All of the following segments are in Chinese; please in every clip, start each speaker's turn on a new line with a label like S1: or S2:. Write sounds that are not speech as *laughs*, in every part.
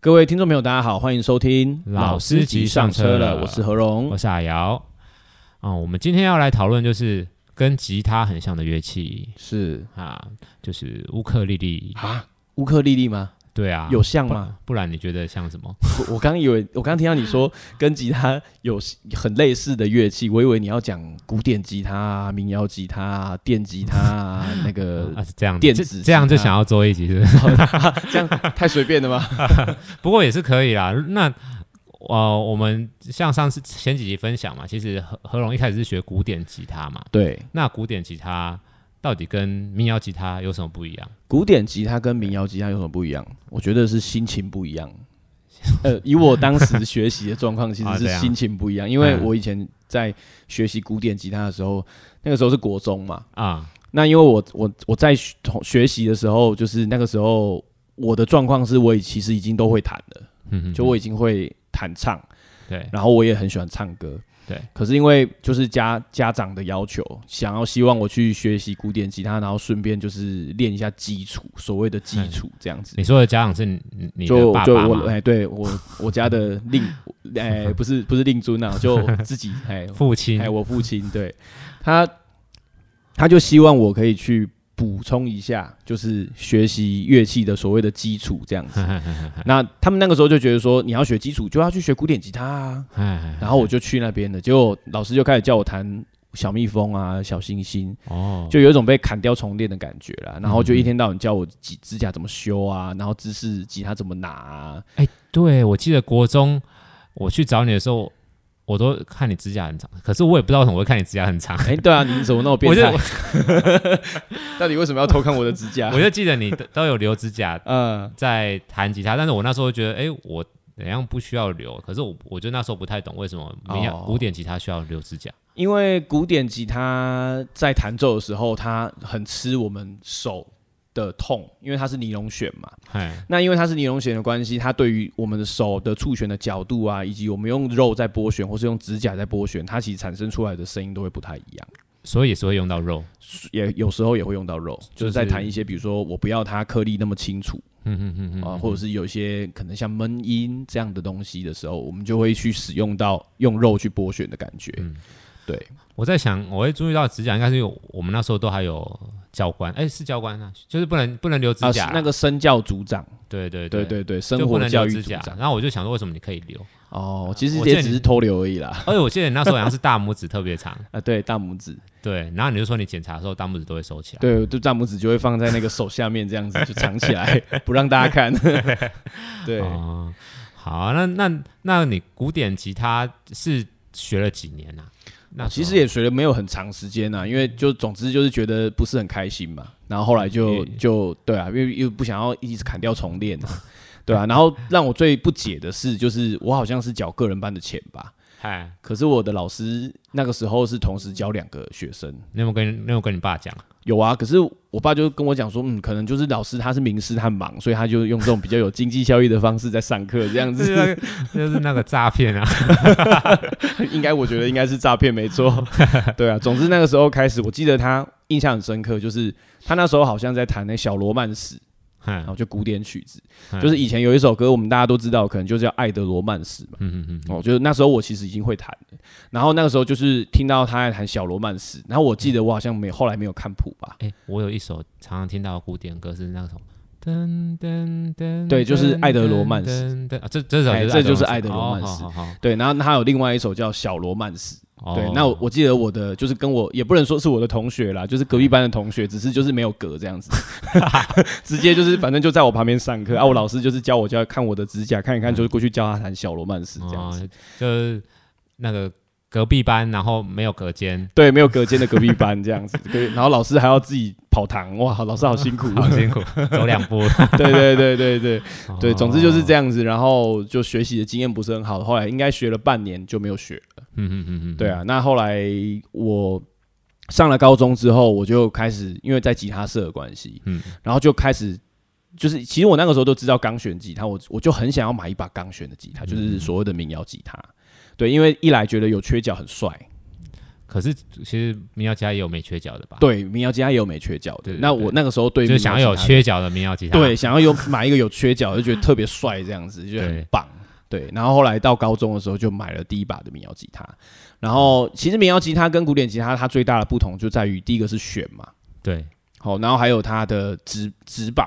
S1: 各位听众朋友，大家好，欢迎收听
S2: 老司机上车了
S1: 我是何荣
S2: 我。是阿瑶。啊、我们今天要来讨论就是跟吉他很像的乐器
S1: 是
S2: 啊，就是乌克丽丽。
S1: 啊，乌克丽丽吗？
S2: 对啊，
S1: 有像 *laughs* 吗？
S2: 不然你觉得像什么？
S1: 我我刚以为，我刚听到你说跟吉他有很类似的乐器，我以为你要讲古典吉他啊、民谣吉他啊、电吉他 *laughs* 啊，那个
S2: 啊，是这样子，
S1: 电子
S2: 这
S1: 吉
S2: 这样就
S1: 他
S2: 想要做一集是不是？ *laughs*
S1: 这样太随便了吗？
S2: 不过也是可以啦。那呃，我们像上次前几集分享嘛，其实何何龙一开始是学古典吉他嘛，
S1: *laughs* 对，
S2: 那古典吉他到底跟民谣吉他有什么不一样？
S1: 古典吉他跟民谣吉他有什么不一样？我觉得是心情不一样。呃，以我当时学习的状 *laughs* 况，其实
S2: 啊
S1: 是
S2: 这样
S1: 心情不一样，因为
S2: 嗯
S1: 我以前在学习古典吉他的时候，那个时候是国中嘛。
S2: 啊，
S1: 那因为我我我在学同学习的时候，就是那个时候我的状况是我已其实已经都会弹了，
S2: 嗯哼
S1: 就我已经会弹唱，
S2: 对
S1: 然后我也很喜欢唱歌。
S2: 对，
S1: 可是因为就是家家长的要求，想要希望我去学习古典吉他，然后顺便就是练一下基础，所谓的基础这样子。
S2: 嗯你说的家长是你你的
S1: 就
S2: 爸
S1: 就
S2: 爸
S1: 我
S2: 吗？
S1: 哎，对我我家的
S2: *laughs*
S1: 令哎、不是不是令尊啊，就自己哎
S2: 父亲
S1: 哎，
S2: *laughs*
S1: 我父亲对他， *laughs* 他就希望我可以去补充一下，就是学习乐器的所谓的基础这样子。 *laughs* 那他们那个时候就觉得说，你要学基础就要去学古典吉他啊。
S2: 哎
S1: 然后我就去那边了，结果老师就开始叫我弹小蜜蜂啊、小星星，
S2: 哦，
S1: 就有一种被砍掉重练的感觉啦。然后就一天到晚教我指指甲怎么修啊，然后姿势吉他怎么拿啊。
S2: 对我记得国中我去找你的时候，我都看你指甲很长，可是我也不知道为什么会看你指甲很
S1: *laughs*
S2: 长。
S1: 哎，对啊，你怎么那么变
S2: 我就
S1: *laughs* 态？ *laughs* 到底为什么要偷 *laughs* 看我的指甲
S2: 我？就记得你都都有留指甲，
S1: 嗯。
S2: 在弹吉他，但是我那时候觉得，哎、我怎样不需要留？可是我我就那时候不太懂为什么民谣、
S1: 哦
S2: 古典吉他需要留指甲。
S1: 因为古典吉他在弹奏的时候，它很吃我们手的痛，因为它是尼龙弦嘛。
S2: 哎，
S1: 那因为它是尼龙弦的关系，它对于我们的手的触弦的角度啊，以及我们用肉在拨弦，或是用指甲在拨弦，它其实产生出来的声音都会不太一样。
S2: 所以也是会用到肉。
S1: 也有时候也会用到肉，就是
S2: 就
S1: 是在弹一些，比如说我不要它颗粒那么清楚
S2: 嗯嗯嗯嗯
S1: 啊，或者是有一些可能像闷音这样的东西的时候，我们就会去使用到用肉去拨弦的感觉。
S2: 嗯
S1: 对，
S2: 我在想，我会注意到指甲，应该是因为我们那时候都还有教官，哎、是教官啊，就是不能不能留指
S1: 啊，是
S2: 甲、
S1: 那个身教组长。
S2: 对对
S1: 对对
S2: 对。
S1: 对，
S2: 就
S1: 生
S2: 不
S1: 活
S2: 能
S1: 教
S2: 留
S1: 育
S2: 指
S1: 组
S2: 甲，
S1: 长
S2: 然后我就想说，为什么你可以留？
S1: 哦，其实
S2: 我
S1: 也
S2: 见
S1: 只
S2: 你
S1: 是偷留而已啦。
S2: 而且我记得你那时候好像是大拇指特别长，
S1: 啊，对，大拇指，
S2: 对，然后你就说你检查的时候大拇指都会收起来，
S1: 对，就大拇指就会放在那个手下面这样子，就藏起 *laughs* 来，不让大家
S2: *laughs*
S1: 看。对，
S2: 哦，好啊，那那那你古典吉他是学了几年啊？那
S1: 哦其
S2: 时
S1: 实
S2: 候
S1: 也学了没有很长时间啊呐，因为就总之就是觉得不是很开心嘛，然后后来就
S2: 嗯
S1: 就对啊，因为又不想要一直砍掉重练啊，对啊，然后让我最不解的是，就是我好像是缴个人班的钱吧，
S2: 嗨，
S1: 可是我的老师那个时候是同时教两个学生，
S2: 你有没有跟你有没有跟你爸讲？
S1: 有啊，可是我爸就跟我讲说，嗯，可能就是老师他是名师，他很忙，所以他就用这种比较有经济效益的方式在上课，这样
S2: *laughs* 就是那
S1: 子，
S2: 个就是那个诈骗啊！
S1: *laughs* 应该我觉得应该是诈骗，没
S2: *laughs*
S1: 错。对啊，总之那个时候开始，我记得他印象很深刻，就是他那时候好像在弹那小罗曼史，然
S2: 嗯
S1: 后就古典曲子，
S2: 嗯
S1: 就是以前有一首歌我们大家都知道，可能就叫《爱德罗曼史》嘛。
S2: 嗯嗯嗯，
S1: 哦，就是那时候我其实已经会弹了，然后那个时候就是听到他在弹小罗曼史，然后我记得我好像没有后来没有看谱吧，
S2: 哎、我有一首常常听到的古典歌是那种噔噔噔，
S1: 对就是
S2: 噔
S1: 爱德罗曼斯
S2: 噔噔啊，这这首
S1: 哎
S2: 就是
S1: 这就是爱德罗曼
S2: 斯
S1: 斯
S2: 哦好好
S1: 对，然后他有另外一首叫小罗曼史，
S2: 好
S1: 对
S2: 哦，
S1: 那我我记得我的就是跟我也不能说是我的同学啦，就是隔壁班的同
S2: 嗯
S1: 学，只是就是没有隔这样子， *laughs* 直接就是反正就在我旁边上课啊。我老师就是教我教看我的指甲，看一看就是过去教他弹小罗曼史这样子。
S2: 嗯哦就是那个隔壁班，然后没有隔间，
S1: 对，没有隔间的隔壁班这样子， *laughs* 对然后老师还要自己跑堂，哇，老 *laughs* 师好辛苦。
S2: *laughs* 好辛苦，哦走两步。
S1: *laughs* 对对对对对
S2: *laughs*
S1: 对，总之就是这
S2: 样。
S1: 样子。然后就学习的经验不是很好，后来应该学了半年就没有学了
S2: 嗯嗯嗯嗯，
S1: 对啊，那后来我上了高中之后，我就开始因为在吉他社的关系，
S2: 嗯，
S1: 然后就开始就是其实我那个时候都知道钢弦吉他，我我就很想要买一把钢
S2: 嗯啊
S1: 弦的吉他，就是所谓的民谣吉他。对，因为一来觉得有缺角很帅，
S2: 可是其实民谣吉他也有没缺角的吧？，
S1: 对，民谣吉他也有没缺角的
S2: 对。对
S1: 那我那个时候对
S2: 就
S1: 民
S2: 是
S1: 谣
S2: 想要有
S1: 吉他
S2: 缺角的民谣吉他。
S1: 对，想要有 *laughs* 买一个有缺角，就觉得特别帅，这样子就觉得
S2: 对
S1: 很棒。对，然后后来到高中的时候就买了第一把的民谣吉他。然后其实民谣吉他跟古典吉他它最大的不同就在于第一个是弦嘛，
S2: 对
S1: 好，然后还有它的指指板，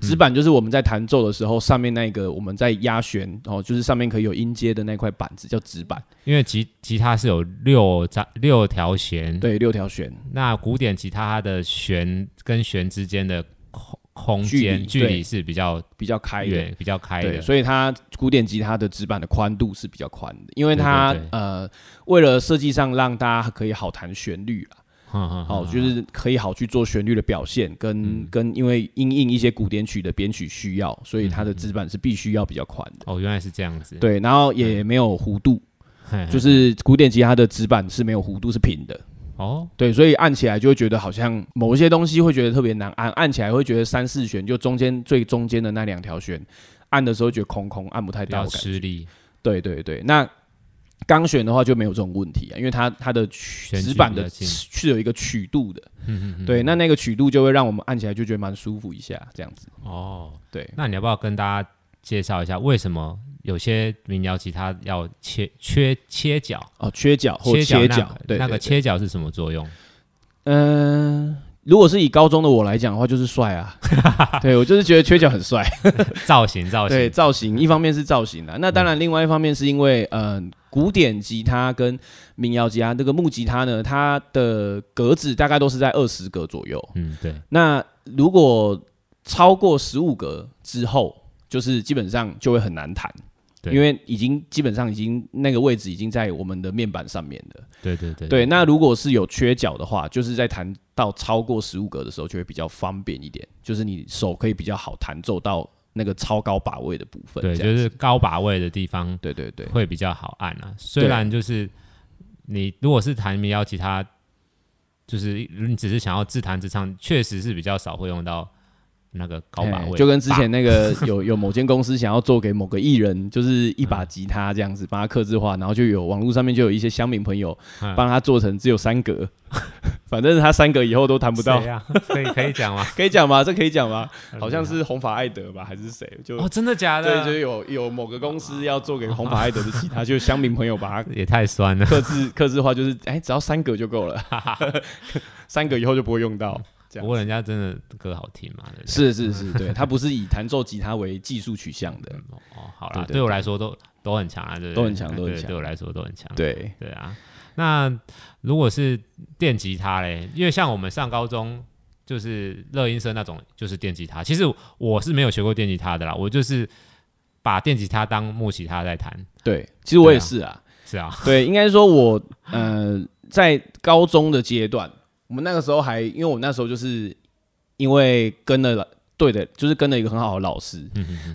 S1: 指板就是我们在弹奏的时候上面那个我们在压弦，哦，就是上面可以有音阶的那块板子叫指板，
S2: 因为吉吉他是有六张六条弦，
S1: 对，六条弦，
S2: 那古典吉他它的弦跟弦之间的空空
S1: 距离
S2: 间距
S1: 对
S2: 离是比较
S1: 比较开的。
S2: 远、比较开
S1: 对，
S2: 的，
S1: 所以它古典吉他的指板的宽度是比较宽的，因为它
S2: 对对
S1: 呃，为了设计上让大家可以好弹旋律啊，
S2: 哼哼
S1: 好、
S2: 哼
S1: 就是可以好去做旋律的表现，跟、跟因为因应一些古典曲的编曲需要，所以它的指板是必须要比较宽的。
S2: 哦，原来是这样子，
S1: 对，然后也没有弧度，
S2: 嘿，
S1: 就
S2: 就是
S1: 古典吉他的指板是没有弧度，是平的。
S2: 哦，
S1: 对，所以按起来就会觉得好像某一些东西会觉得特别难按，按起来会觉得三四弦就中间最中间的那两条弦，按的时候觉得空空，按不太
S2: 比
S1: 到
S2: 较
S1: 的感觉。
S2: 吃力，
S1: 对对对，那钢弦的话就没有这种问题啊，因为它它的曲
S2: 弦距
S1: 指板
S2: 比
S1: 的
S2: 较近
S1: 是有一个曲度的，
S2: 嗯嗯嗯，
S1: 对，那那个曲度就会让我们按起来就觉得蛮舒服一下，这样子。
S2: 哦，
S1: 对，
S2: 那你要不要跟大家介绍一下为什么有些民谣吉他要切缺切角？
S1: 哦，缺角或切
S2: 切角那
S1: 角
S2: 个，
S1: 对，
S2: 那个
S1: 对，
S2: 切角是什么作用？ *laughs*
S1: 嗯、如果是以高中的我来讲的话，就是帅
S2: *laughs*
S1: 啊，对我就是觉得缺角很帅，
S2: 造型造
S1: 对
S2: 型，嗯
S1: 造型，一方面是造型啊，那当然另外一方面是因为，嗯、古典吉他跟民谣吉他这个木吉他呢，它的格子大概都是在二十格左右，
S2: 嗯，对，
S1: 那如果超过十五格之后，就是基本上就会很难弹，
S2: 对
S1: 因为已经基本上已经那个位置已经在我们的面板上面了。
S2: 对对对
S1: 对，那如果是有缺角的话，就是在弹到超过十五格的时候，就会比较方便一点，就是你手可以比较好弹奏到那个超高把位的部分。
S2: 对，
S1: 这样
S2: 就
S1: 子
S2: 是高把位的地方
S1: 对对对，
S2: 会比较好按啊。虽然就是你如果是弹民谣吉他，就是你只是想要自弹自唱，确实是比较少会用到那个高把
S1: 哎
S2: 位，
S1: 就跟之前那个 *laughs* 有有某间公司想要做给某个艺人，就是一把吉他这样子，帮他刻字化，然后就有网络上面就有一些乡民朋友
S2: 嗯
S1: 帮他做成只有三格， *laughs* 反正他三格以后都弹
S2: 弹
S1: 不到，
S2: 啊，可以可以
S1: *laughs*
S2: 讲吗？
S1: 可以讲吧？这可以讲吧？ *laughs* 好像是红发艾德吧，还是谁？就
S2: 哦，真的假
S1: 对，啊就
S2: 的？
S1: 有有某个公司要做给红发艾德的吉 *laughs* 他，就乡民朋友把它
S2: 也太酸了。
S1: 刻 *laughs* 字刻字化，就是哎，只要三格就够了， *laughs* 三格以后就不会用到。这样
S2: 不过人家真的歌好听嘛，对不对
S1: 是是是，对，他不是以弹奏吉他为技术取向的，
S2: 哦，好
S1: 对
S2: 啦，
S1: 对对
S2: 对我来说都都很强啊，对不对
S1: 都很强都很
S2: 对
S1: 强
S2: 对我来说都很强。
S1: 对。
S2: 对啊，那如果是电吉他嘞，因为像我们上高中就是乐音社那种，就是电吉他。其实我是没有学过电吉他的啦，我就是把电吉他当木吉他在弹。
S1: 对，其实我
S2: 对
S1: 也
S2: 啊
S1: 是啊。
S2: 是啊，
S1: 对，应该说我呃，在高中的阶段，我们那个时候还，因为我那时候就是因为跟了老对的，就是跟了一个很好的老师，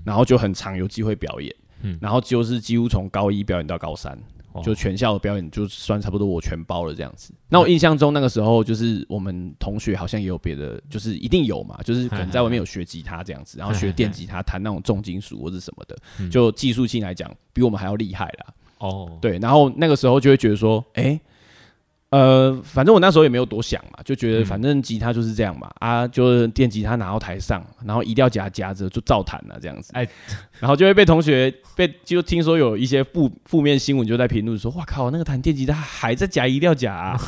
S1: 然后就很常有机会表演，
S2: 嗯
S1: 然后就是几乎从高一表演到高三。
S2: 哦
S1: 就全校的表演，就算差不多我全包了这样子。那我印象中那个时候，就是我们同学好像也有别的，就是一定有嘛，就是可能在外面有学吉他这样子，然后学电吉他弹那种重金属或者什么
S2: 嗯
S1: 的，就技术性来讲，比我们还要厉害啦。
S2: 哦，
S1: 对，然后那个时候就会觉得说，哎、呃，反正我那时候也没有多想嘛，就
S2: 嗯
S1: 觉得反正吉他就是这样嘛，啊，就是电吉他拿到台上，然后一定要夹夹着就照弹了、这样子，哎
S2: 哎，
S1: 然后就会被同学被就听说有一些负负面新闻就在评论说，哇靠，那个弹电吉他还在夹一定要夹、啊，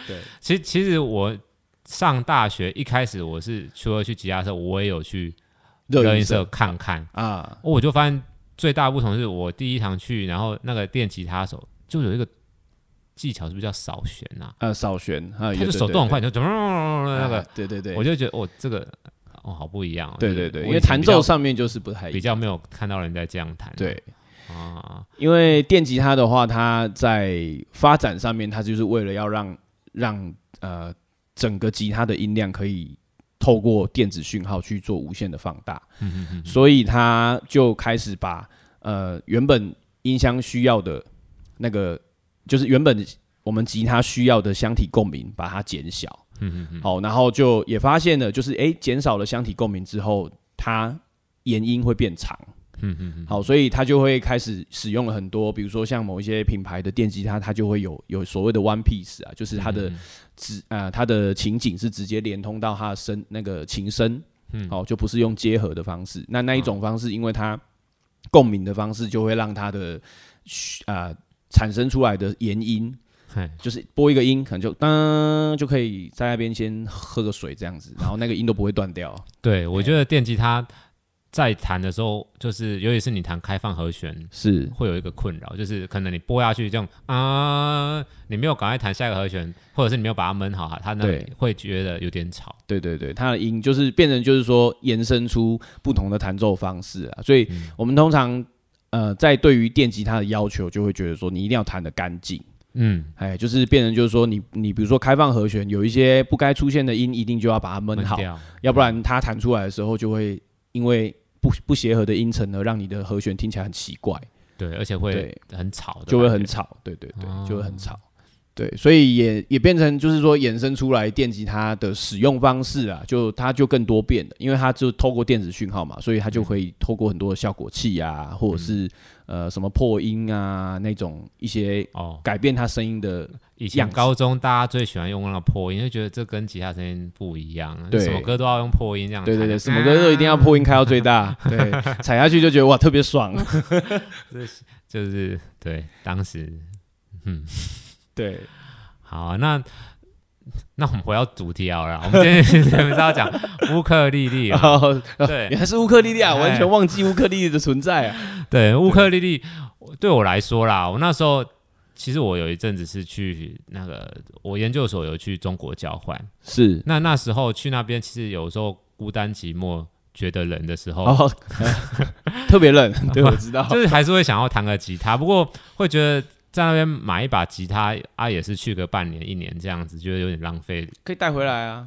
S2: *laughs* 其实其实我上大学一开始我是除了去吉他社，我也有去乐音社看看。
S1: 啊，
S2: 哦我就发现最大的不同是我第一堂去，然后那个电吉他手就有一个技巧，是不是叫扫弦啊？
S1: 呃，扫弦啊，
S2: 他就手动很快，就咚咚咚咚
S1: 对，对
S2: 那个
S1: 啊，对对对，
S2: 我就觉得哦，这个哦好不一样哦。
S1: 对
S2: 就是
S1: 对对，
S2: 我
S1: 因为
S2: 以前
S1: 弹
S2: 比较
S1: 奏上面就是不太一
S2: 比
S1: 样，
S2: 较没有看到人在这样弹。
S1: 对。
S2: 啊，
S1: 因为电吉他的话，它在发展上面，它就是为了要让让呃整个吉他的音量可以透过电子讯号去做无限的放大，
S2: 嗯
S1: 所以它就开始把呃原本音箱需要的那个，就是原本我们吉他需要的箱体共鸣，把它减小。
S2: 嗯嗯嗯，
S1: 好，然后就也发现了，就是诶减少了箱体共鸣之后，它延音会变长。
S2: 嗯嗯嗯，
S1: 好，所以他就会开始使用了很多，比如说像某一些品牌的电吉他，它就会有有所谓的 one piece 啊，就是它的
S2: 嗯
S1: 直啊、它的琴颈是直接连通到它的身那个琴身，
S2: 嗯哦
S1: 好、就不是用结合的方式。那那一种方式，因为它共鸣的方式，就会让它的啊、产生出来的延音，
S2: 嘿
S1: 就是播一个音，可能就当就可以在那边先喝个水这样子，然后那个音都不会断掉。
S2: 对，我觉得电吉他在弹的时候，就是尤其是你弹开放和弦，
S1: 是
S2: 会有一个困扰，就是可能你拨下去这种啊、你没有赶快弹下一个和弦，或者是你没有把它闷好，它那
S1: 对
S2: 里会觉得有点吵。
S1: 对对对，它的音就是变成就是说延伸出不同的弹奏方式啊，所以
S2: 嗯
S1: 我们通常呃在对于电吉他的要求，就会觉得说你一定要弹得干净，
S2: 嗯，
S1: 哎，就是变成就是说你你比如说开放和弦有一些不该出现的音，一定就要把它闷
S2: 闷
S1: 好，
S2: 掉。
S1: 要不然它弹出来的时候就会因为不不协和的音程呢，让你的和弦听起来很奇怪，
S2: 对，而且会
S1: 对
S2: 很吵的感觉，
S1: 就会很吵，对对对，
S2: 哦
S1: 就会很吵。对，所以也也变成就是说衍生出来电吉他的使用方式啊，就它就更多变了，因为它就透过电子讯号嘛，所以它
S2: 嗯
S1: 就可以透过很多的效果器啊，或者是呃什么破音啊那种一些
S2: 哦。
S1: 改变它声音的，
S2: 以
S1: 样
S2: 前
S1: 子
S2: 高中大家最喜欢用那个破音，就觉得这跟其他声音不一样，
S1: 对
S2: 什么歌都要用破音这样弹。啊
S1: 对对对，什么歌都一定要破音开到最大，对， *laughs* 踩下去就觉得哇特别
S2: *laughs*
S1: 爽，
S2: 就是对，当时
S1: 对，
S2: 好啊、那那我们回到主题好了啦，我们今天今天不是要讲乌克丽丽
S1: 然 *laughs*
S2: 啊，
S1: 后
S2: 对
S1: 原来是乌克丽丽啊，
S2: 哎
S1: 完全忘记乌克丽丽的存在啊，
S2: 对，乌克丽丽对我来说啦，我那时候其实我有一阵子是去那个我研究所有去中国交换，
S1: 是
S2: 那那时候去那边其实有时候孤单寂寞觉得冷的时候，
S1: 哦， *laughs* 特别
S2: *laughs*
S1: 冷，对我知道，
S2: 就是还是会想要弹个吉他，不过会觉得在那边买一把吉他啊，也是去个半年一年这样子，觉得有点浪费
S1: 可以带回来啊。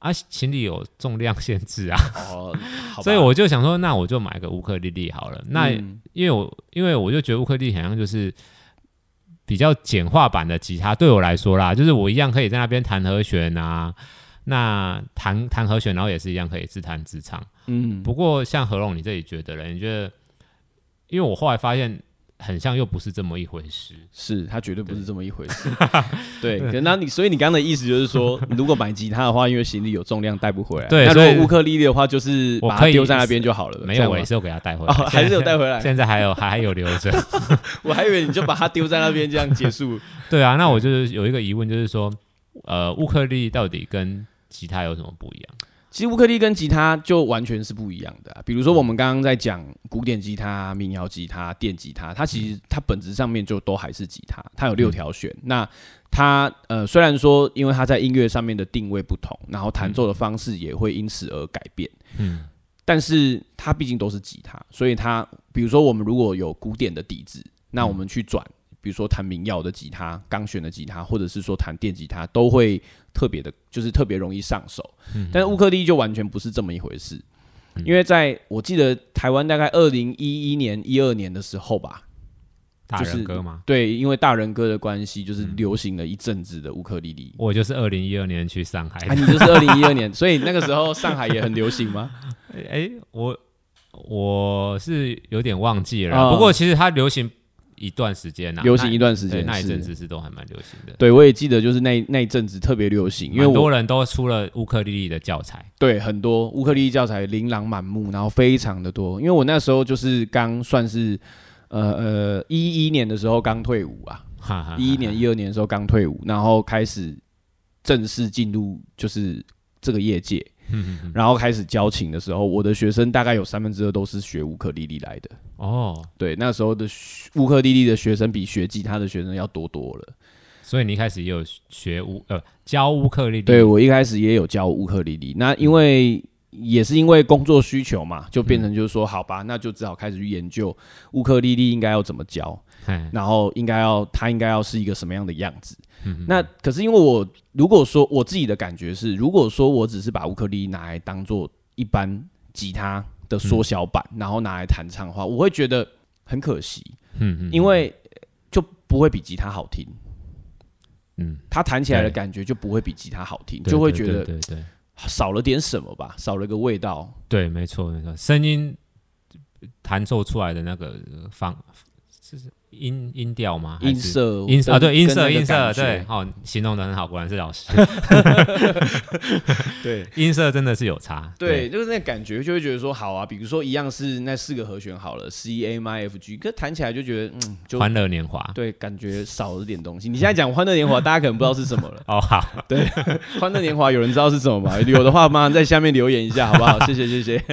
S2: 啊，行李有重量限制啊，
S1: 哦，好吧
S2: 所以我就想说，那我就买个乌克丽丽好了。那、
S1: 嗯
S2: 因为我因为我就觉得乌克丽丽好像就是比较简化版的吉他，对我来说啦，就是我一样可以在那边弹和弦啊。那弹弹和弦，然后也是一样可以自弹自唱。
S1: 嗯，
S2: 不过像何龙，你自己觉得嘞？你觉得？因为我后来发现，很像又不是这么一回事。
S1: 是他绝对不是这么一回
S2: *laughs*
S1: 事。对，可那你所以你刚刚的意思就是说，如果买吉他的话，因为行李有重量带不回来。
S2: 对
S1: 那如
S2: 所以
S1: 果乌克丽丽的话，就是
S2: 我
S1: 把
S2: 可
S1: 它
S2: 以
S1: 丢在那边就好了。
S2: 没
S1: 这
S2: 有，
S1: 样
S2: 我
S1: 吗
S2: 也是有给他带回来， *laughs*
S1: 哦，还是有带回来。
S2: 现在还有还还有留着。 *laughs*
S1: 我还以为你就把它丢在那边这样结束。
S2: 对啊，那我就是有一个疑问，就是说，呃，乌克丽到底跟吉他有什么不一样？
S1: 其实乌克丽跟吉他就完全是不一样的啊、比如说我们刚刚在讲古典吉他、民谣吉他、电吉他，它其实它本质上面就都还是吉他，它有六条弦。那它呃虽然说因为它在音乐上面的定位不同，然后弹奏的方式也会因此而改变，
S2: 嗯
S1: 但是它毕竟都是吉他，所以它比如说我们如果有古典的底子，那我们去转。比如说弹民谣的吉他、钢弦的吉他，或者是说弹电吉他，都会特别的，就是特别容易上手。
S2: 嗯，
S1: 但是乌克丽就完全不是这么一回事，因为在我记得台湾大概二零一一年、一二年的时候吧，
S2: 大
S1: 就是
S2: 人歌吗？
S1: 对，因为大人哥的关系，
S2: 嗯
S1: 就是流行了一阵子的乌克丽丽。
S2: 我就是二零一二年去上海
S1: 啊，
S2: 的，
S1: 你就是二零一二年，所以那个时候上海也很流行
S2: *laughs*
S1: 吗？
S2: 哎、我我是有点忘记了啦、
S1: 哦
S2: 不过其实它流行一段时间呐、
S1: 流行一段时
S2: 啊那对
S1: 间，
S2: 那一阵
S1: 是。
S2: 子是都还蛮流行的，
S1: 对，我也记得，就是那那一阵子特别流行，因为
S2: 很
S1: 我
S2: 多人都出了乌克丽丽的教材，
S1: 对很多乌克丽丽教材琳琅满目，然后非常的多。因为我那时候就是刚算是，呃呃，一一年的时候刚退伍啊，
S2: 哈哈哈
S1: 一一年、一二年的时候刚退伍，然后开始正式进入就是这个业界，
S2: 嗯
S1: 然后开始教琴的时候，我的学生大概有三分之二都是学乌克丽丽来的。
S2: 哦，
S1: 对，那时候的学乌克丽丽的学生比学吉他的学生要多多了。
S2: 所以你一开始也有学乌呃教乌克丽丽，
S1: 对我一开始也有教乌克丽丽，那因为。也是因为工作需求嘛，就变
S2: 嗯
S1: 成就是说，好吧，那就只好开始去研究乌克丽丽应该要怎么教。
S2: 嘿，
S1: 然后应该要他应该要是一个什么样的样子。
S2: 嗯
S1: 那可是因为我如果说我自己的感觉是，如果说我只是把乌克丽丽拿来当做一般吉他的
S2: 嗯
S1: 缩小版，然后拿来弹唱的话，我会觉得很可惜，
S2: 嗯嗯，
S1: 因为就不会比吉他好听。
S2: 嗯，
S1: 它弹起来的
S2: 对
S1: 感觉就不会比吉他好听，
S2: 对
S1: 就会
S2: 对
S1: 觉
S2: 对
S1: 得
S2: 对对
S1: 少了点什么吧，少了个味道。
S2: 对，没错没错，声音弹奏出来的那个呃方，是音音调吗？还
S1: 音
S2: 是
S1: 色
S2: 音色啊，对，音色
S1: 跟那
S2: 音
S1: 个
S2: 色
S1: 感
S2: 对，
S1: 觉
S2: 好、形容的很好，果然是老
S1: *laughs*
S2: 师，
S1: 对
S2: 音色真的是有差。
S1: 对，就是那感觉就会觉得说好啊，比如说一样是那四个和弦好了，C A M I F G，可弹起来就觉得嗯，就
S2: 欢乐年华。
S1: 对，感觉少了点东西。你现在讲《欢乐年华》，大家可能不知道是什么
S2: *laughs*
S1: 了。
S2: 哦，好，
S1: 《欢乐年华》有人知道是什么吗？有的话，麻烦在下面留言一下，好不
S2: *laughs*
S1: 好？谢谢，谢谢。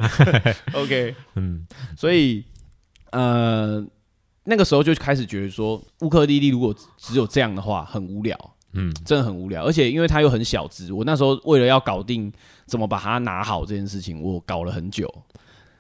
S1: OK，
S2: 嗯，
S1: 所以呃，那个时候就开始觉得说，乌克丽丽如果只有这样的话，很无聊，
S2: 嗯，
S1: 真的很无聊。而且因为它又很小只，我那时候为了要搞定怎么把它拿好这件事情，我搞了很久。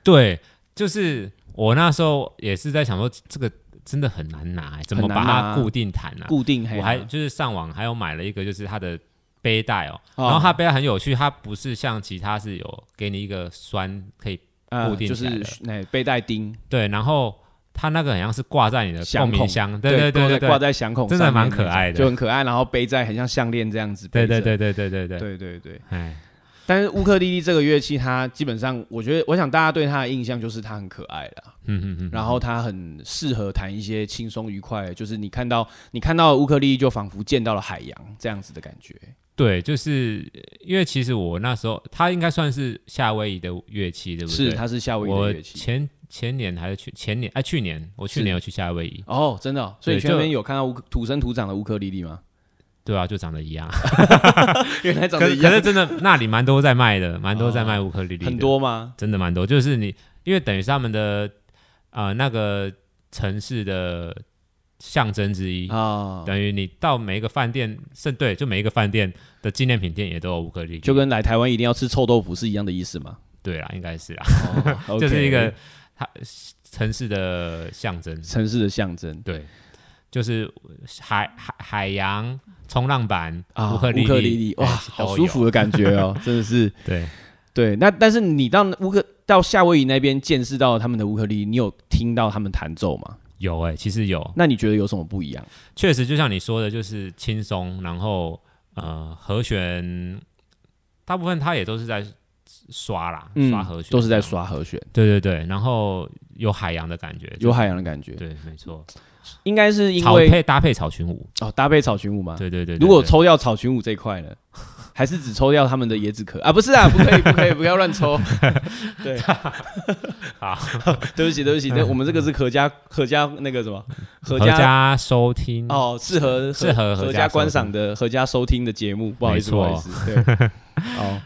S2: 对，就是我那时候也是在想说，这个真的很难拿、欸怎么
S1: 很难
S2: 把它
S1: 拿
S2: 固定弹啊？
S1: 固定黑
S2: 我
S1: 马，
S2: 还就是上网还有买了一个，就是它的背带哦，
S1: 哦
S2: 然后它背带很有趣，它不是像其他是有给你一个栓可以
S1: 呃
S2: 固定
S1: 就
S2: 起来
S1: 是
S2: 的
S1: 那背带钉，
S2: 对，然后它那个好像是挂在你的
S1: 响
S2: 共鸣
S1: 孔
S2: 箱，
S1: 挂
S2: 对对
S1: 在
S2: 对
S1: 挂
S2: 对，
S1: 在响孔上
S2: 真
S1: 面那种，
S2: 的蛮可爱的
S1: 就很可爱。然后背在很像项链这样子背
S2: 对
S1: 着，
S2: 对对对对对
S1: 对
S2: 对，
S1: 对对。
S2: 哎，
S1: 但是乌克丽丽这个乐器，它基本上，我觉得，我想大家对它的印象就是它很可爱啦，
S2: 嗯嗯嗯，
S1: 然后它很适合弹一些轻松愉快，就是你看到你看到乌克丽丽，就仿佛见到了海洋这样子的感觉。
S2: 对，就是因为其实我那时候它应该算是夏威夷的乐器，对不对？
S1: 是，它是夏威夷
S2: 我
S1: 的乐器。
S2: 前前年还是去前年哎、去年我去
S1: 是
S2: 年有去夏威夷，
S1: 哦，真的哦、所以
S2: 对
S1: 你去那
S2: 就
S1: 边有看到乌克土生土长的乌克丽丽吗？ *laughs*
S2: 对啊，就长得一样，
S1: 原来长得
S2: 可是
S1: 一
S2: 可
S1: 样
S2: 是，真的那里蛮多在卖的，蛮多在卖
S1: 哦
S2: 乌克丽丽的，
S1: 很多吗？
S2: 真的蛮多，就是你因为等于是他们的呃那个城市的象征之一。
S1: 啊、
S2: 等于你到每一个饭店，甚对，就每一个饭店的纪念品店也都有乌克丽丽，
S1: 就跟来台湾一定要吃臭豆腐是一样的意思
S2: *laughs*
S1: 吗？
S2: 对啦，应该是啦，
S1: 哦
S2: 就是一个
S1: OK
S2: 它城市的象征，
S1: 城市的象征。
S2: 对，就是海海海洋冲浪板
S1: 啊，
S2: 乌克丽
S1: 丽，哇，
S2: 哎
S1: 好
S2: 都
S1: 舒
S2: 有
S1: 服的感觉
S2: *laughs*
S1: 哦，真的是。
S2: 对，
S1: 对，那但是你到乌克到夏威夷那边见识到他们的乌克丽丽，你有听到他们弹奏吗？
S2: 有哎、其实有，
S1: 那你觉得有什么不一样？
S2: 确实就像你说的，就是轻松，然后呃和弦，大部分它也都是在刷啦，嗯刷和
S1: 嗯
S2: 弦
S1: 都是在
S2: 这样，
S1: 刷和弦，
S2: 对对对，然后有海洋的感觉，
S1: 有海洋的感觉。
S2: 对，没错，
S1: 应该是因
S2: 草
S1: 为
S2: 配搭配草裙舞，
S1: 哦，搭配草裙舞嘛。
S2: 对对对对
S1: 如果
S2: 对
S1: 抽掉草裙舞这一块呢，还是只抽掉他们的椰子壳啊？不是啊，不可以，不可以，不要乱
S2: *laughs*
S1: 抽。对，
S2: 好，
S1: 对不起，对不起，那我们这个是合家合家那个什么合
S2: *laughs* 合家收听，
S1: 哦，适合
S2: 嗯适合合
S1: 合
S2: 家收
S1: 家
S2: 听
S1: 观赏的、合家收听的节目，不好意思，
S2: 没
S1: 不
S2: 错
S1: 好意思，
S2: *laughs*
S1: 对，哦，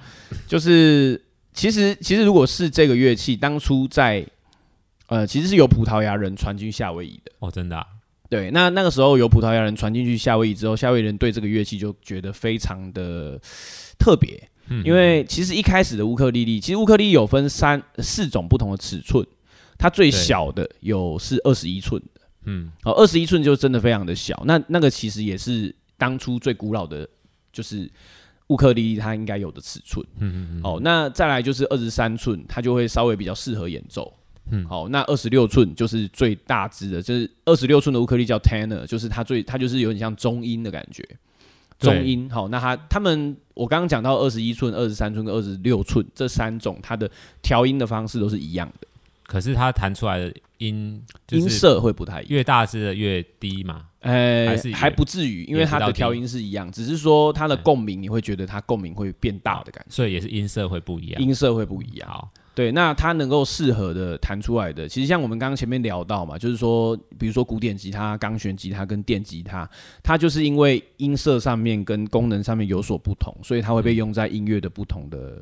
S1: 就是其实其实如果是这个乐器，当初在呃其实是有葡萄牙人传进夏威夷的，
S2: 哦，真的啊、
S1: 对，那那个时候有葡萄牙人传进去夏威夷之后，夏威夷人对这个乐器就觉得非常的特别，
S2: 嗯，
S1: 因为其实一开始的乌克丽丽，其实乌克丽丽有分三四种不同的尺寸，它最
S2: 对
S1: 小的有是二十一寸。
S2: 嗯
S1: 哦，二十一寸就真的非常的小。那那个其实也是当初最古老的，就是乌克丽丽它应该有的尺寸。
S2: 嗯嗯嗯，
S1: 哦，那再来就是二十三寸，它就会稍微比较适合演奏。
S2: 嗯
S1: 好、那二十六寸就是最大只的，就是二十六寸的乌克丽叫 tenor，就是它最它就是有点像中音的感觉。
S2: 对
S1: 中音好，那它他们我刚刚讲到二十一寸、二十三寸跟二十六寸这三种，它的调音的方式都是一样的，
S2: 可是它弹出来的音就
S1: 音
S2: 是
S1: 色会不太一样。
S2: 越大只的越低嘛，
S1: 呃
S2: 还是，
S1: 还
S2: 也
S1: 不至于，因
S2: 也
S1: 为
S2: 不
S1: 它
S2: 到
S1: 的
S2: 底
S1: 调音是一样，只是说它的
S2: 嗯
S1: 共鸣，你会觉得它共鸣会变大的感
S2: 所以也是音色会不一
S1: 觉，
S2: 样。嗯
S1: 音色会不一样。
S2: 好，
S1: 对，那它能够适合的弹出来的，其实像我们刚刚前面聊到嘛，就是说，比如说古典吉他、钢弦吉他跟电吉他，它就是因为音色上面跟功能上面有所不同，所以它
S2: 嗯
S1: 会被用在音乐的不同的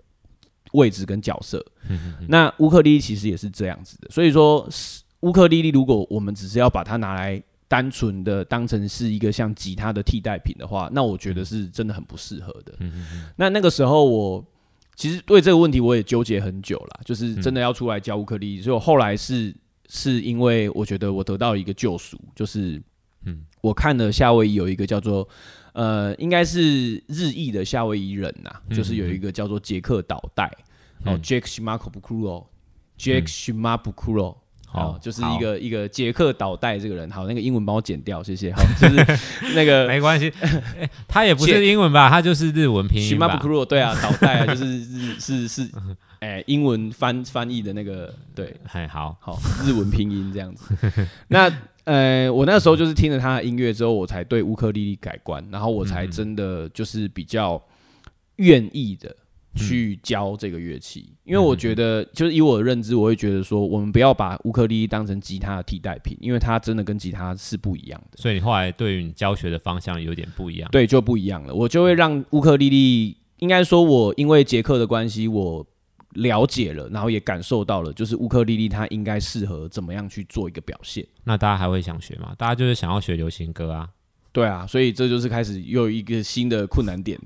S1: 位置跟角色。
S2: 嗯
S1: 那乌克丽丽其实也是这样子的，所以说是乌克丽丽如果我们只是要把它拿来单纯的当成是一个像吉他的替代品的话，那我觉得是真的很不适合的。那那个时候我其实对这个问题我也纠结很久啦，就是真的要出来教乌克丽丽，所以我后来是是因为我觉得我得到一个救赎，就是
S2: 嗯
S1: 嗯，我看了夏威夷有一个叫做呃，应该是日裔的夏威夷人呐、就是有一个叫做杰克岛带，哦
S2: 嗯
S1: ，Jack Shimabukuro。Jack Shimabukuro，、好、
S2: 好
S1: 哦就是一个一个捷克导带这个人，好，那个英文帮我剪掉，谢谢。好， *laughs* 就是那个 *laughs*
S2: *laughs* 没关系，哎他也不是英文吧，他就是日文拼
S1: 徐
S2: 音
S1: 马
S2: 吧
S1: 布。库对啊，导带啊，就是是是是，哎、英文翻翻译的那个对，
S2: 很好，
S1: 好，日文拼音这样子。 *laughs* 那呃，我那时候就是听了他的音乐之后，我才对乌克丽丽改观，然后我才
S2: 嗯嗯
S1: 真的就是比较愿意的去教这个乐
S2: 嗯
S1: 器，因为我觉得就是以我的认知，我会觉得说，我们不要把乌克丽丽当成吉他的替代品，因为它真的跟吉他是不一样的。
S2: 所以你后来对于你教学的方向有点不一样。
S1: 对，就不一样了。我就会让乌克丽丽，应该说，我因为捷克的关系，我了解了，然后也感受到了，就是乌克丽丽它应该适合怎么样去做一个表现。
S2: 那大家还会想学吗？大家就是想要学流行歌啊。
S1: 对啊，所以这就是开始又有一个新的困难
S2: *laughs*
S1: 点，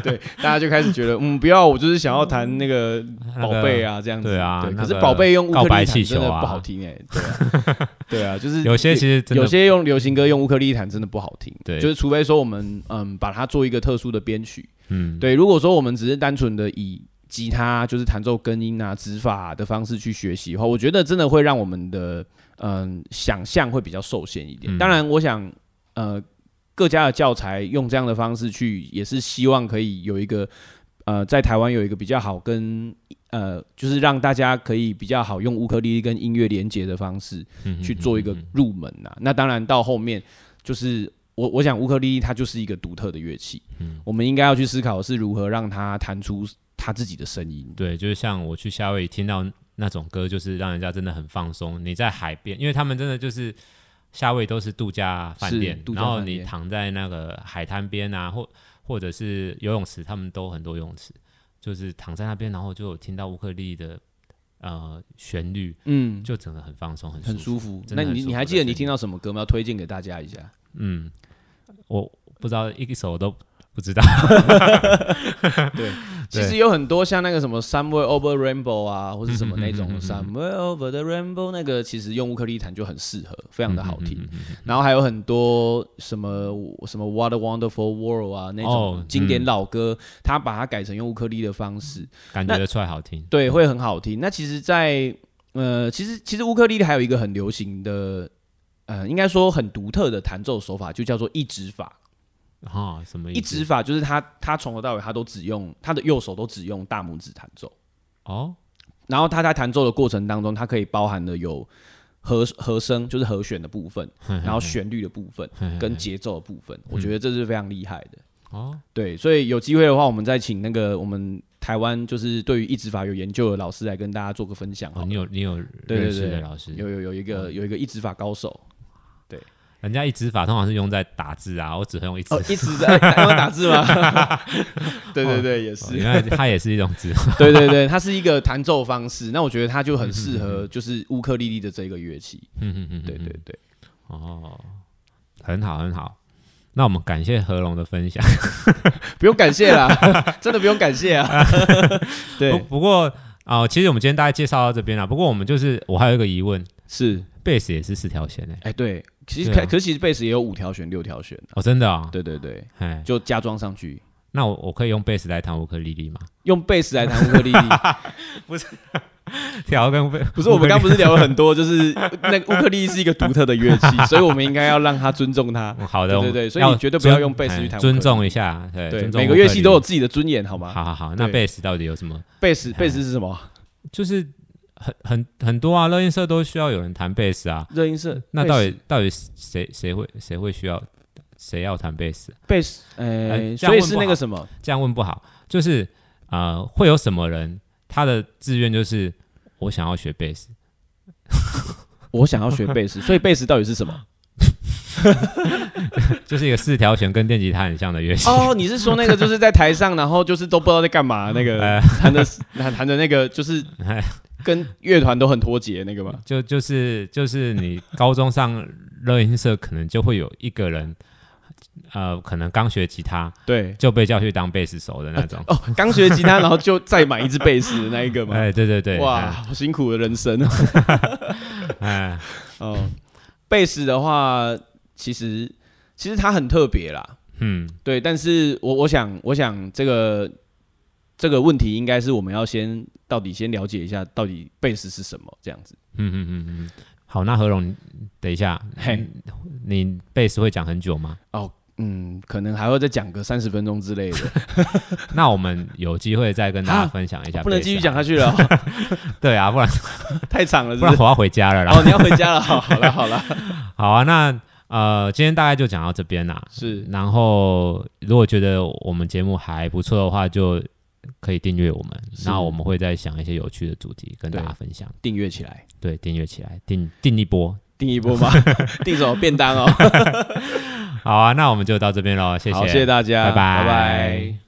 S1: 对，大家就开始觉得，嗯，不要，我就是想要弹那个
S2: 那
S1: 宝
S2: 个
S1: 贝啊，这样子，
S2: 对啊那
S1: 可是
S2: 个
S1: 宝贝用乌克丽
S2: 告白
S1: 丽
S2: 气
S1: 弹
S2: 球啊
S1: 真的不好听哎、对啊，
S2: *laughs*
S1: 对啊，就是
S2: 有些其实真的
S1: 有些用流行歌用乌克丽丽弹真的不好听，
S2: 对
S1: 就是除非说我们嗯把它做一个特殊的编曲，
S2: 嗯，
S1: 对，如果说我们只是单纯的以吉他就是弹奏根音啊、指法、的方式去学习的话，我觉得真的会让我们的嗯、想象会比较受限一点。
S2: 嗯
S1: 当然，我想呃各家的教材用这样的方式去，也是希望可以有一个呃在台湾有一个比较好跟呃就是让大家可以比较好用乌克丽丽跟音乐连接的方式，
S2: 嗯
S1: 去做一个入门呐、那当然到后面就是我我想乌克丽丽它就是一个独特的乐器，
S2: 嗯
S1: 我们应该要去思考的是如何让它弹出它自己的声音。
S2: 对，就是像我去夏威夷听到那种歌，就是让人家真的很放松。你在海边，因为他们真的就是夏威夷都是度假饭
S1: 是
S2: 店，
S1: 度假
S2: 然后
S1: 饭
S2: 你
S1: 店
S2: 躺在那个海滩边啊，或或者是游泳池，他们都很多游泳池，就是躺在那边，然后就有听到乌克丽丽的呃旋律，
S1: 嗯，
S2: 就整个很放松，很
S1: 很
S2: 舒
S1: 舒
S2: 服。
S1: 服。
S2: 真的
S1: 那
S2: 很
S1: 你
S2: 舒服
S1: 你还
S2: 的
S1: 记得你
S2: 声音
S1: 听到什么歌吗？要推荐给大家一下。
S2: 嗯，我不知道一首都不知道。
S1: 其
S2: 对
S1: 实有很多像那个什么 Somewhere Over Rainbow 啊，或是什么那种
S2: 嗯 *laughs* 嗯嗯嗯嗯
S1: Somewhere Over the Rainbow 那个，其实用乌克丽丽弹就很适合，非常的好听。
S2: 嗯嗯嗯嗯
S1: 然后还有很多什么什么 What a Wonderful World 啊那
S2: 哦
S1: 种经典
S2: 嗯
S1: 老歌，他把它改成用乌克丽的方式，
S2: 感觉得出来好听。
S1: 对，会很好听。那其实在，呃，其实其实乌克丽丽还有一个很流行的，呃，应该说很独特的弹奏手法，就叫做一指法。
S2: 哈、什么意
S1: 一
S2: 思？
S1: 指法就是他他从头到尾他都只用他的右手都只用大拇指弹奏，
S2: 哦，
S1: 然后他在弹奏的过程当中，它可以包含的有和和声，就是和弦的部分，然后旋律的部分跟节奏的部分，
S2: 嗯
S1: 我觉得这是非常厉害的。
S2: *laughs* 哦，
S1: 对，所以有机会的话，我们再请那个我们台湾就是对于一指法有研究的老师来跟大家做个分享好
S2: 哦，
S1: 了。
S2: 你有嗯你有
S1: 对
S2: 认
S1: 对
S2: 识的
S1: 对
S2: 老师，
S1: 有有有一个有一个一指法高手，
S2: *laughs* 人家一指法通常是用在打字啊，我只会用一指。
S1: 哦，一指在台湾打字吗？ *laughs* 对对对，也
S2: 哦
S1: 是，
S2: 原来它也是一种指法。
S1: 对对对，它是一个弹奏方式，那我觉得它就很适合就是乌克丽丽的这个乐器，
S2: *laughs* 嗯嗯嗯，
S1: 对对对，
S2: 哦，很好很好。那我们感谢何龙的分享。
S1: 不用感谢
S2: *laughs*
S1: 啦，真的不用感谢啊，
S2: 不
S1: 对，
S2: 不过啊、其实我们今天大概介绍到这边了。不过我们就是我还有一个疑问，
S1: 是，
S2: 贝斯也是四条弦欸诶、
S1: 哎对，其实
S2: 对啊
S1: 可可是其实贝斯也有五条弦、六条弦，
S2: 哦，真的哦。
S1: 对对对，
S2: 哎，
S1: 就加装上去。
S2: 那我我可以用贝斯来弹乌克丽
S1: *laughs*
S2: 丽吗？
S1: 用贝斯来弹乌克丽丽，
S2: 调 *laughs* 跟贝
S1: *laughs* 不是我们刚刚不是聊了很多，就是那个乌克丽丽是一个独特的乐 *laughs* 器，所以我们应该要让它尊重它。
S2: 嗯好的，
S1: 对
S2: 我
S1: 对
S2: 们
S1: 对所以你绝对不要
S2: 尊
S1: 用贝斯去
S2: 哎
S1: 弹乌克
S2: 尊
S1: 丽
S2: 重一下，对，
S1: 对，
S2: 尊重
S1: 每
S2: 乌
S1: 个
S2: 克
S1: 乐
S2: 丽
S1: 器
S2: 丽
S1: 都有自己的尊严，好哎吗？
S2: 好好好，那
S1: 对
S2: 贝斯到底有什么？
S1: 贝斯贝斯是什么？
S2: 就是很很很多啊，乐音社都需要有人弹贝斯啊。
S1: 热音社。
S2: 那到
S1: 贝
S2: 底到底谁谁会谁会需要谁要弹贝斯？
S1: 贝斯？
S2: 哎
S1: 呃，
S2: 这
S1: 所
S2: 样问
S1: 以
S2: 不好
S1: 是那个什么？
S2: 这样问不好，就是呃，会有什么人他的志愿就是我想要学贝斯，
S1: 我想 *laughs* 要学贝斯，所以贝斯到底是什么？
S2: 就是一个四条弦跟电吉他很像的乐器。
S1: 哦，你是说那个就是在台上，然后就是都不知道在干嘛，那个
S2: *laughs* 呃，
S1: 弹的弹弹的那个就是跟乐团都很脱节那个吗？
S2: 就就是就是你高中上乐音社可能就会有一个人，呃，可能刚学吉他
S1: 对， *laughs*
S2: 就被叫去当贝斯手的那种。
S1: 哦，刚学吉他，然后就再买一支贝斯的那一个吗？
S2: 哎，对对对，
S1: 哇，好辛苦的人 *laughs* 生啊！
S2: 哎，哎，
S1: 哦，贝斯的话，其实其实它很特别啦，
S2: 嗯，
S1: 对，但是我我想，我想这个这个问题应该是我们要先到底先了解一下，到底贝斯是什么这样子。
S2: 嗯嗯嗯嗯。好，那何荣，等一下，
S1: 嘿，
S2: 你贝斯会讲很久吗？ *laughs*
S1: 嗯，可能还会再讲个三十分钟之 *laughs* 类的，
S2: 那我们有机会再跟大家
S1: 啊
S2: 分享一下。
S1: 不能继续讲。下去了哦、
S2: 对啊，不然
S1: *laughs* 太长了是
S2: 不
S1: 不是
S2: 然我要回家了啦。
S1: 哦，你要回家 *laughs* 了，好好了好了，
S2: 好啊，那呃，今天大概就讲到这边啦。
S1: 是
S2: 然后，如果觉得我们节目还不错的话，就可以订阅我们。
S1: 是
S2: 那我们会再想一些有趣的主题跟
S1: 对
S2: 大家分享。
S1: 订阅起来，
S2: 对，订阅起来，订订一波。
S1: 订一波 *laughs* 吗？订什么便当哦？
S2: 好啊，那我们就到这边喽，谢谢，
S1: 好，谢谢大家，
S2: 拜拜
S1: 拜拜